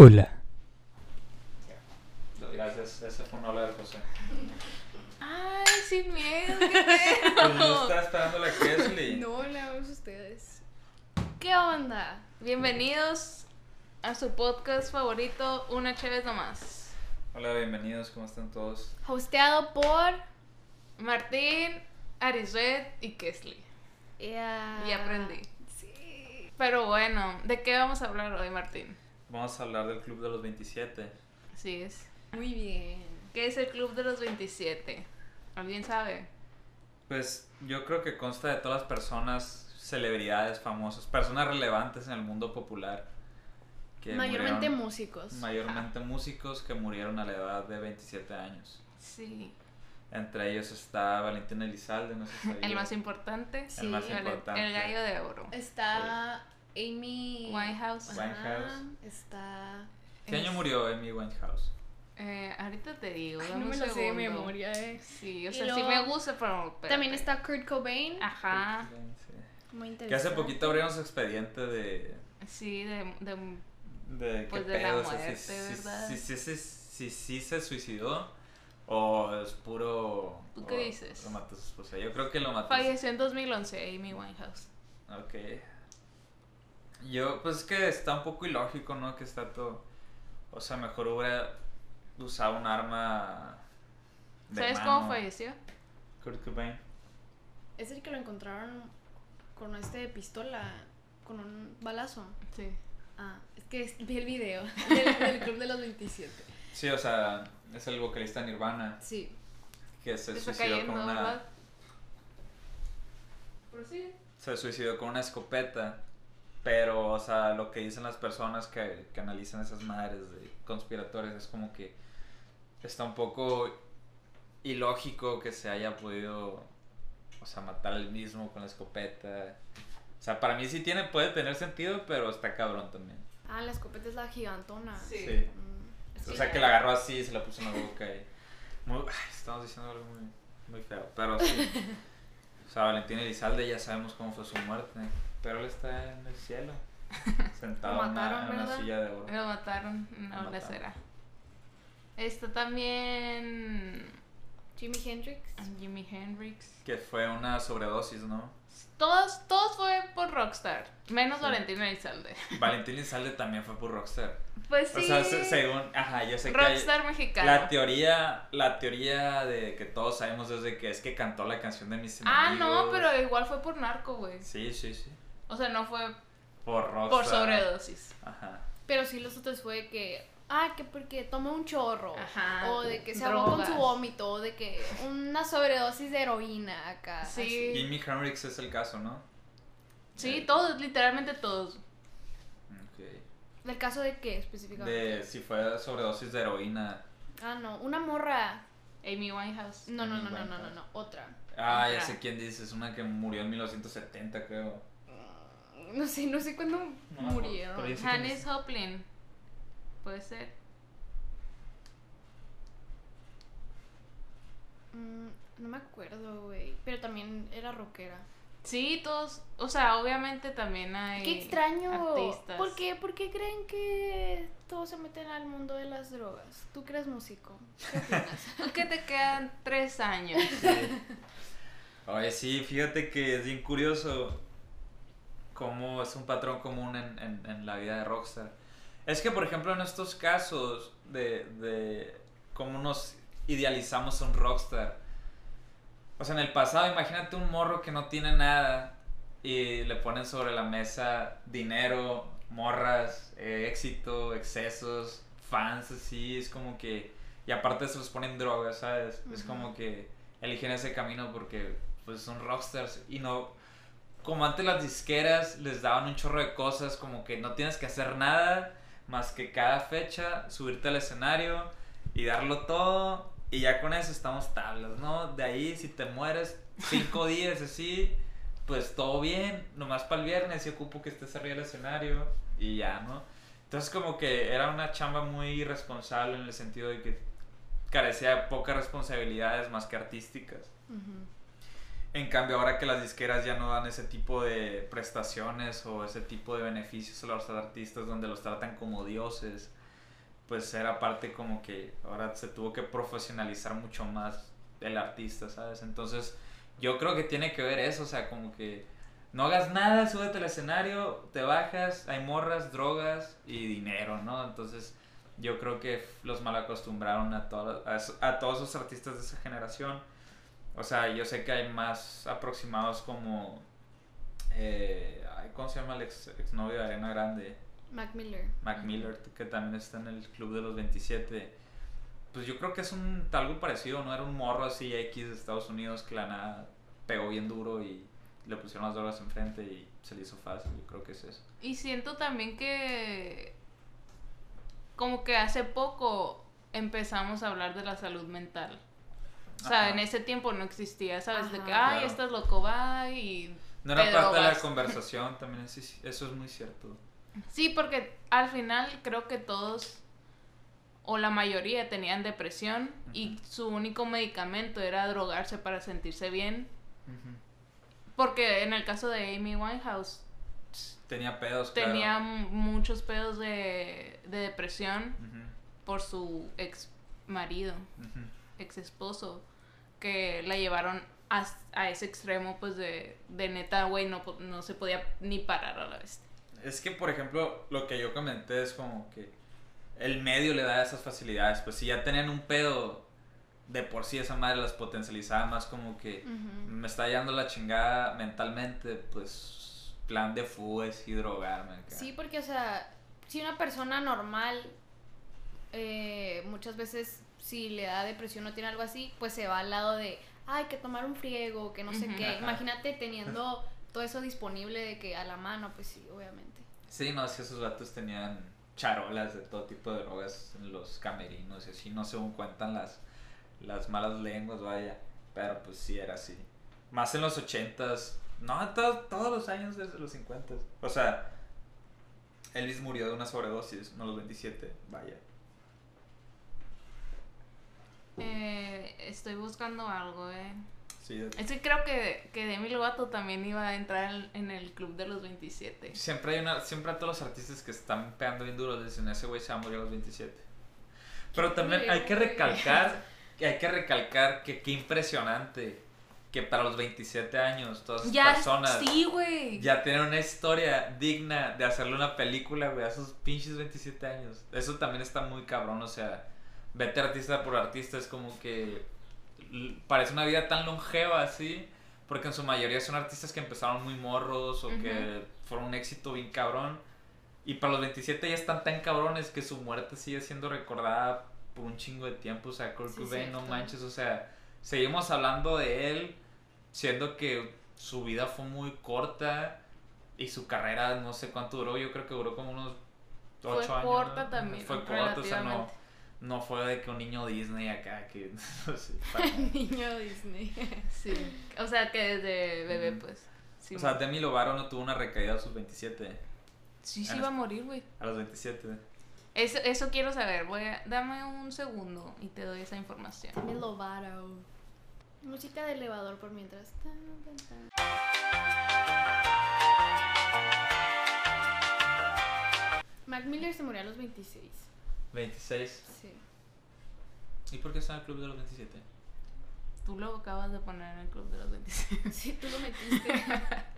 Hola. Gracias, ese fue un hola de José. Ay, sin miedo, Pues yo qué estaba esperando la Kesley. pedo. No la vemos ustedes. ¿Qué onda? Bienvenidos a su podcast favorito, Una Chévez Nomás. Hola, bienvenidos, ¿cómo están todos? Hosteado por Martín, Arisbet y Kesley. eh, Ya. Y aprendí. Ah, Sí. Pero bueno, ¿de qué vamos a hablar hoy, Martín? Vamos a hablar del Club de los 27. Así es. Muy bien. ¿Qué es el Club de los 27? ¿Alguien sabe? Pues yo creo que consta de todas las personas, celebridades, famosos, personas relevantes en el mundo popular. que Mayormente murieron- músicos. Mayormente músicos que murieron a la edad de 27 años. Sí. Entre ellos está Valentín Elizalde, no sé si El sabía. más importante. Sí. El más El, importante. el gallo de oro. Está Amy Winehouse. Ajá, Winehouse. Está. ¿Qué año Es- murió Amy Winehouse? Eh, ahorita te digo, dame no un me lo sé de segundo. memoria, eh. Sí, o Y sea, sí luego- me gusta, pero. espérate. También está Kurt Cobain. Ah. Ajá, Sí. Muy interesante. Que hace poquito abrieron su expediente de sí, de. de- De Pues qué de la pedo, o sea, muerte, si, si- ¿verdad? si- si- si- si- si se suicidó o es puro... ¿Tú o qué dices? Lo mató su esposa. Yo creo que lo mató. su- Falleció en 2011, Amy Winehouse. Ok. Yo, pues es que está un poco ilógico, ¿no? Que está todo... O sea, mejor hubiera usado un arma... de ¿Sabes mano. cómo falleció? Kurt Cobain. Es el que lo encontraron con este pistola. Con un balazo. Sí. Ah, es que es- vi el video del, del club de los 27. Sí, o sea, es el vocalista de Nirvana Sí. que se Se está suicidó cayendo, con una... ¿verdad? Pues Pero sí. se suicidó con una escopeta. Pero, o sea, lo que dicen las personas que, que analizan esas madres de conspiratorias es como que está un poco ilógico que se haya podido, o sea, matar al mismo con la escopeta. O sea, para mí sí tiene, puede tener sentido, pero está cabrón también. Ah, la escopeta es la gigantona. Sí. Mm, es O sea, que la agarró así y se la puso en la boca. Y... Muy- ay, estamos diciendo algo muy, muy feo, pero sí. O sea, Valentín Elizalde ya sabemos cómo fue su muerte, pero él está en el cielo, sentado Lo en una, mataron, en una ¿verdad? silla de oro. Lo mataron en Lo la mataron. balacera. Está también. Jimi Hendrix. Jimi Hendrix. Que fue una sobredosis, ¿no? Todos, todos fue por Rockstar, menos Sí. Valentina Elizalde. Valentín Elizalde también fue por Rockstar. Pues O sí. sea, se- según, ajá, yo sé que hay- Rockstar mexicano. la teoría, la teoría de que todos sabemos es de que es que cantó la canción de mis Ah, enemigos. no, pero igual fue por narco, güey. Sí, sí, sí. O sea, no fue Por Rockstar. por sobredosis. Ajá. Pero sí los otros fue de que, ah, que porque tomó un chorro. Ajá, O de que se ahogó con drogas. su vómito. O de que una sobredosis de heroína acá. Sí. Jimi Hendrix es el caso, ¿no? Eh, Sí, todos, literalmente todos. Ok. así. ¿Del caso de qué específicamente? De si fue sobredosis de heroína. Ah, no. Una morra. Amy Winehouse. No, no, Amy no, no, no, no, Winehouse. no. Otra. Ah, Ajá. ya sé quién dices, una que murió en 1970, creo. Mm, No sé, no sé cuándo No, pero murieron. ya sé quién Hannes es. Hoplin. Puede ser. Mm, no me acuerdo, güey. Pero también era rockera. Sí, todos. O sea, obviamente también hay. qué extraño. Artistas. ¿Por qué? ¿Por qué creen que todos se meten al mundo de las drogas? Tú que eres músico. ¿Qué opinas? ¿Por qué te quedan tres años? Oye, sí, fíjate que es bien curioso cómo es un patrón común en, en- en la vida de Rockstar. Es que, por ejemplo, en estos casos de, de cómo nos idealizamos a un Rockstar. O sea, en el pasado, imagínate un morro que no tiene nada y le ponen sobre la mesa dinero, morras, eh, éxito, excesos, fans, así, es como que... Y aparte se los ponen drogas, ¿sabes? Es Ujú. como que eligen ese camino porque pues son rockstars y no... Como antes las disqueras les daban un chorro de cosas, como que no tienes que hacer nada más que cada fecha subirte al escenario y darlo todo y ya con eso estamos tablas, ¿no? De ahí si te mueres cinco días así, pues todo bien, nomás para el viernes y ocupo que estés arriba del escenario y ya, ¿no? Entonces como que era una chamba muy irresponsable en el sentido de que carecía de pocas responsabilidades más que artísticas. Ujú. En cambio, ahora que las disqueras ya no dan ese tipo de prestaciones o ese tipo de beneficios a los artistas donde los tratan como dioses, pues era parte como que ahora se tuvo que profesionalizar mucho más el artista, ¿sabes? Entonces yo creo que tiene que ver eso, o sea, como que no hagas nada, súbete al escenario, te bajas, hay morras, drogas y dinero, ¿no? Entonces yo creo que los malacostumbraron a, todo- a, eso- a todos esos artistas de esa generación. O sea, yo sé que hay más aproximados como... eh, ay, ¿Cómo se llama el ex, exnovio de Arena Grande? Mac Miller. Mac Miller, que también está en el club de los 27. Pues yo creo que es un algo parecido, ¿no? Era un morro así X de Estados Unidos que la nada pegó bien duro y le pusieron las drogas enfrente y se le hizo fácil. Yo creo que es eso. Y siento también que como que hace poco empezamos a hablar de la salud mental. O sea, Ajá. en ese tiempo no existía, ¿sabes? De que, Ajá. ay, Claro. esta es loco, bye. Y... No era Te parte de la drogas. conversación, también es- sí, eso es muy cierto. Sí, porque al final creo que todos, o la mayoría, tenían depresión y Ujú. su único medicamento era drogarse para sentirse bien. Porque en el caso de Amy Winehouse, Tenía pedos, claro. tenía m- muchos pedos de, de depresión Ujú, por su ex marido, ujú. ex esposo, que la llevaron a, a ese extremo, pues de, de neta, güey, no, po- no se podía ni parar a la vez. Es que, por ejemplo, lo que yo comenté es como que el medio le da esas facilidades. Pues si ya tenían un pedo, de por sí esa madre las potencializaba más como que Ujú. me está llevando la chingada mentalmente, pues plan de fuga es y drogarme. acá. Sí, porque, o sea, si una persona normal eh, muchas veces si le da depresión o tiene algo así, pues se va al lado de, ay, que tomar un friego, que no sé Ujú. qué. Ajá. Imagínate teniendo todo eso disponible de que a la mano, pues sí, obviamente. Sí, no, es que esos gatos tenían charolas de todo tipo de drogas en los camerinos y así, no según cuentan las, las malas lenguas, vaya, pero pues sí era así. Más en los ochentas, no, en to- todos los años desde los cincuentas. O sea, Elvis murió de una sobredosis, no a los 27, vaya. Eh, estoy buscando algo, eh. Sí, de- Es que creo que, que Demi Lovato también iba a entrar en, en el club de los 27. Siempre hay una, siempre a todos los artistas que están pegando bien duro les dicen, ese güey se va a morir a los 27. Pero también hay que culero, güey. recalcar, que hay que recalcar que qué impresionante que para los 27 años todas esas Ya, personas sí, güey. ya tienen una historia digna de hacerle una película, güey, a esos pinches 27 años. Eso también está muy cabrón, o sea, vete artista por artista es como que l- parece una vida tan longeva así, porque en su mayoría son artistas que empezaron muy morros o que Ujú. fueron un éxito bien cabrón. Y para los 27 ya están tan cabrones que su muerte sigue siendo recordada por un chingo de tiempo. O sea, Kurt Sí, Cobain, no cierto. manches, o sea, seguimos hablando de él, siendo que su vida fue muy corta y su carrera no sé cuánto duró, yo creo que duró como unos Fue 8 años. corta ¿no? también, Fue corta, o sea, no, relativamente. no fue de que un niño Disney acá que... no sé, para nada. Niño Disney. Sí. O sea, que desde bebé, Ujú. pues. Sí, o sea, Demi Lovato no tuvo una recaída a sus 27. sí, en sí iba a es- morir, güey. A los 27. Eso, eso quiero saber. Voy a- dame un segundo y te doy esa información. Demi Lovato. Música de elevador por mientras. Tan, tan, tan. Mac Miller se murió a los 26. 26. Sí. ¿Y por qué está en el club de los 27? Tú lo acabas de poner en el club de los 27. Sí, tú lo metiste.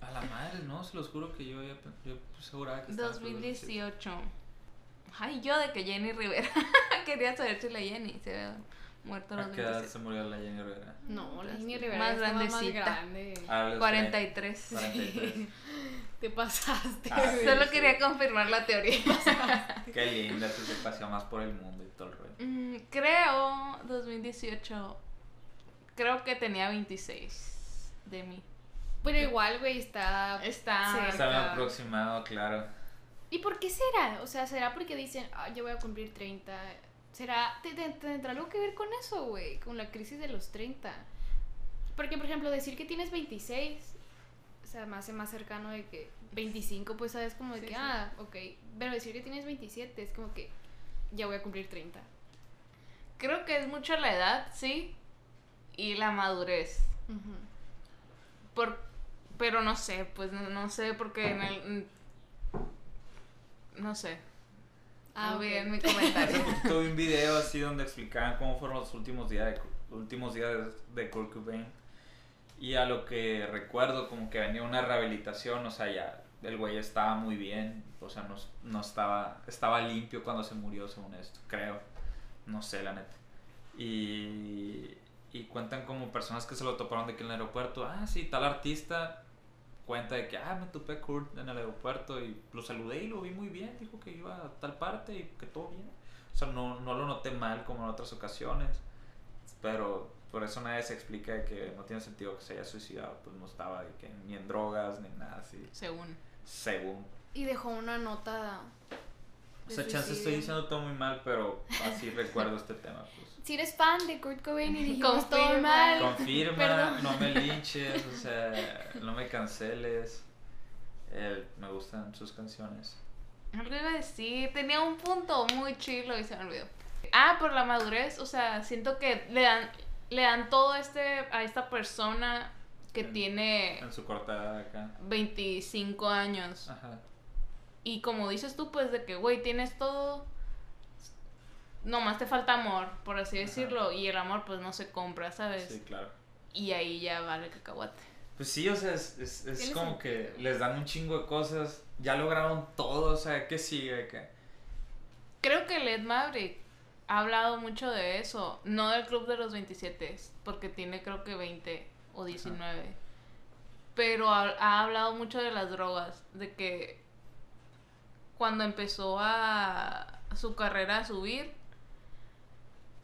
A la madre, no, se los juro que yo, ya pe- yo aseguraba que estaba en el club de los 27. 2018. Ay, yo de que Jenny Rivera. Quería saber si la Jenny se había muerto a los ¿A qué edad 27. se murió la Jenny Rivera? No, la Más Jenny Rivera más más grandecita. grande. A los 43. 43. Te pasaste. Ah, güey. Solo quería confirmar la teoría. Qué linda, que se paseó más por el mundo y todo el rollo. Mm, creo, 2018. Creo que tenía 26 de mí. Pero igual, gügüey, está. Está. Sí. Está bien Acá. aproximado, claro. ¿Y por qué será? O sea, ¿será porque dicen, ah, yo voy a cumplir 30? ¿Será? te- te- ¿Tendrá algo que ver con eso, güey? Con la crisis de los 30. Porque, por ejemplo, decir que tienes 26, o sea, me hace más cercano de que 25, pues sabes como de Sí, que, sí. ah, ok. Pero decir que tienes 27 es como que, ya voy a cumplir 30. Creo que es mucho la edad, sí. Y la madurez. Ujú. Por, pero no sé, pues no, no sé, porque en el. mm, No sé. Ah, Ah, ok. bien, mi Hace comentario. poquito vi un video así donde explicaban cómo fueron los últimos días de, Cur- últimos días de Kurt Cobain. Y a lo que recuerdo, como que venía una rehabilitación, o sea, ya el güey estaba muy bien, o sea, no, no estaba, estaba limpio cuando se murió, según esto, creo. No sé, la neta. Y, y cuentan como personas que se lo toparon de que en el aeropuerto, ah, sí, tal artista cuenta de que, ah, me topé a Kurt en el aeropuerto y lo saludé y lo vi muy bien, dijo que iba a tal parte y que todo bien. O sea, no, no lo noté mal como en otras ocasiones, pero por eso nadie se explica de que no tiene sentido que se haya suicidado, pues no estaba de que ni en drogas ni nada así, Según. según. Y dejó una nota. O de sea, chance estoy suicidio. diciendo todo muy mal, pero así recuerdo este tema, pues. Si eres fan de Kurt Cobain y dijimos Confirma. todo mal. Confirma, Perdón. no me linches, o sea, no me canceles. Eh, me gustan sus canciones. Algo iba a decir, tenía un punto muy chilo y se me olvidó. Ah, por la madurez, o sea, siento que le dan, le dan todo este a esta persona que Mm. tiene En su corta edad acá. 25 años. Ajá. Y como dices tú, pues de que, güey, tienes todo. Nomás te falta amor, por así Ajá. decirlo. Y el amor, pues no se compra, ¿sabes? Sí, claro. Y ahí ya vale cacahuate. Pues sí, o sea, es, es- es Tiene como que les dan un chingo de cosas. Ya lograron todo, o sea, ¿qué sigue acá? Creo que Led Maverick ha hablado mucho de eso. No del club de los 27, porque tiene creo que 20 o 19. Pero ha, ha hablado mucho de las drogas. De que cuando empezó a su carrera a subir,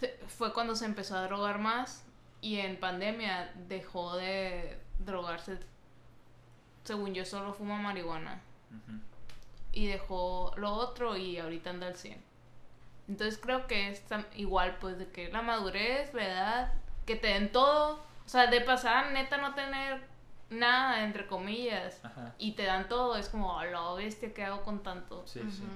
se- fue cuando se empezó a drogar más. Y en pandemia dejó de drogarse. Según yo, solo fuma marihuana Ujú. y dejó lo otro y ahorita anda al 100. Entonces creo que es tam- igual, pues, de que la madurez, la edad, que te den todo. O sea, de pasar, neta, no tener nada, entre comillas, Ajá. y te dan todo, es como, a la bestia, ¿qué hago con tanto? Sí, sí. Ujú.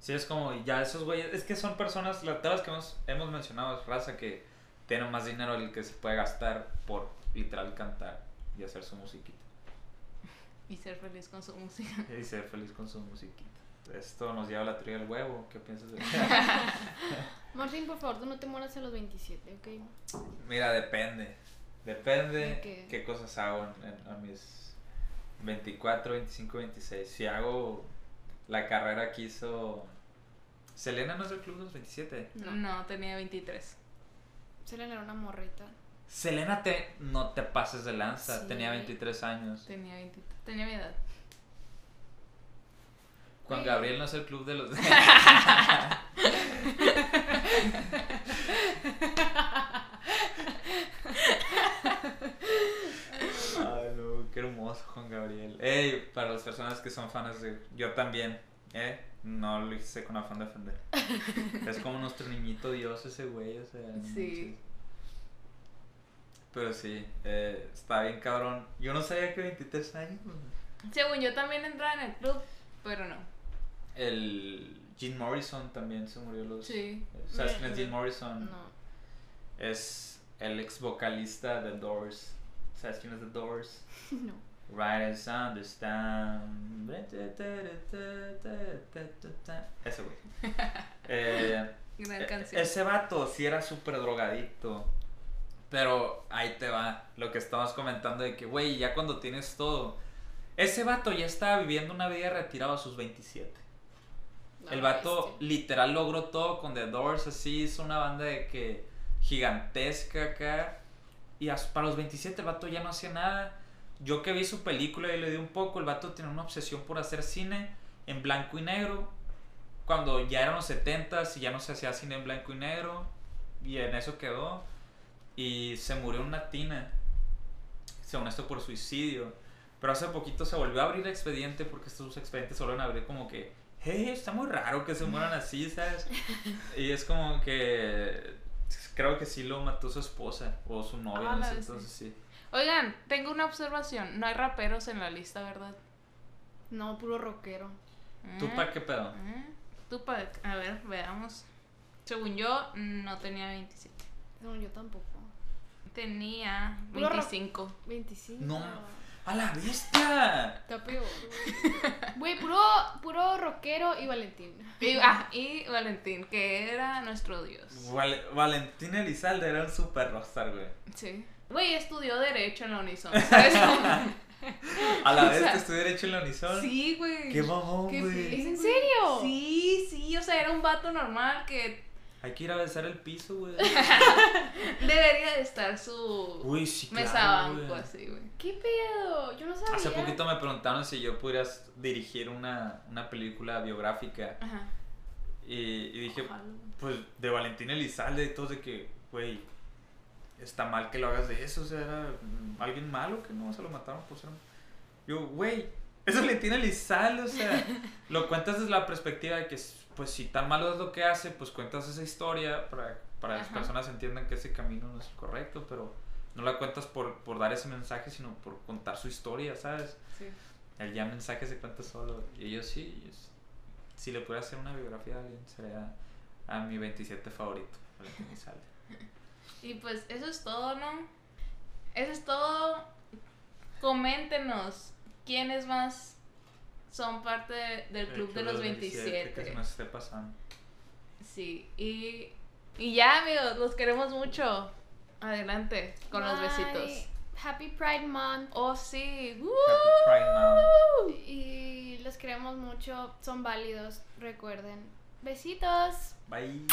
Sí, es como, ya esos güeyes, es que son personas, la- todas las que hemos, hemos mencionado, es raza que tienen más dinero del que se puede gastar por literal cantar y hacer su musiquita. Y ser feliz con su música. Y ser feliz con su musiquita. Esto nos lleva a la teoría del huevo, ¿qué piensas de Martín, por favor, tú no te mueras a los 27, ¿ok? Mira, depende. Depende ¿De qué? qué? cosas hago en- en- a mis 24, 25, 26. Si hago la carrera que hizo... Selena no es del club de los 27. No, No. tenía 23. Se le era una morreta. Selena, te, no te pases de lanza. Sí. Tenía 23 años. Tenía 23. Tenía mi edad. Juan Sí. Gabriel no es el club de los... Ay, no, qué hermoso Juan Gabriel. Ey, para las personas que son fans de... Yo también, ¿eh? No lo hice con afán de ofender. es como nuestro niñito Dios ese güey, o sea... no Sí. manches. Pero sí, eh, está bien cabrón. Yo no sabía que 23 años... Según yo también entraba en el club, pero no. El Jim Morrison también se murió a los... Sí. ¿Sabes quién Mira, es mira. Jim Morrison? Pues, No. Es el ex vocalista de Doors. ¿Sabes quién es The Doors? No. Riders on the stand. Ese güey. Eh, Gran e- canción. Ese vato sí era súper drogadicto. Pero ahí te va lo que estabas comentando de que, güey, ya cuando tienes todo. Ese vato ya estaba viviendo una vida retirada a sus 27. La El vato bestia. literal logró todo con The Doors, así hizo una banda de que gigantesca acá. Y as- para los 27 el vato ya no hacía nada. Yo que vi su película y le di un poco, el vato tenía una obsesión por hacer cine en blanco y negro. Cuando ya eran los 70s y ya no se hacía cine en blanco y negro. Y en eso quedó. Y se murió en una tina. Según esto por suicidio. Pero hace poquito se volvió a abrir el expediente porque estos expedientes se vuelven a abrir como que, hey, está muy raro que se mueran así, ¿sabes? Y es como que creo que sí lo mató su esposa o su novia, Ah, no la sé, de- entonces sí. Oigan, tengo una observación. No hay raperos en la lista, ¿verdad? No, puro rockero. ¿Tú Mm. para qué pedo? Mm. Tupac, a ver, veamos. Según yo, no tenía 27. No, yo tampoco. Tenía Puro rock. 25. 25. No. ¡A la bestia! Está peor, güey. Güey, puro, puro rockero y Valentín. Y, ah, y Valentín, que era nuestro dios. Val- Valentín Elizalde era un super rockstar, güey. Sí. Güey, estudió Derecho en la Unison. ¿sabes? A la O vez sea, que estuviera hecho en la unison. sí, güey. ¡Qué mamón, Qué güey! ¿Es Sí, en güey. serio? Sí, sí, o sea, era un vato normal que Hay que ir a besar el piso, güey. debería de estar su Uy, sí, claro, mesa güey. banco así, güey. ¿Qué pedo? Yo no sabía. Hace poquito me preguntaron si yo pudiera s- dirigir una, una película biográfica. Ajá. Y, y dije, pues de Valentín Elizalde y todo, de que, güey, está mal que lo hagas de eso. O sea, era mm, alguien malo que no se lo mataron por ser. Yo, güey, es Valentín Elizalde, o sea, lo cuentas desde la perspectiva de que, pues si tan malo es lo que hace, pues cuentas esa historia para, para que las Ajá. personas entiendan que ese camino no es el correcto, pero no la cuentas por, por dar ese mensaje, sino por contar su historia, ¿sabes? Sí. El ya mensaje se cuenta solo. Y yo sí, yo s- si le pudiera hacer una biografía a alguien, sería a mi 27 favorito. Valentín Elizalde. Y pues eso es todo, ¿no? Eso es todo. Coméntenos quiénes más son parte de- del El Club, de los 27. Que se nos esté pasando. Sí, y, y ya amigos, los queremos mucho. Adelante con los Bye. besitos. Happy Pride Month. Oh, sí. ¡Woo! Happy Pride Month. Y los queremos mucho. Son válidos, recuerden. Besitos. Bye.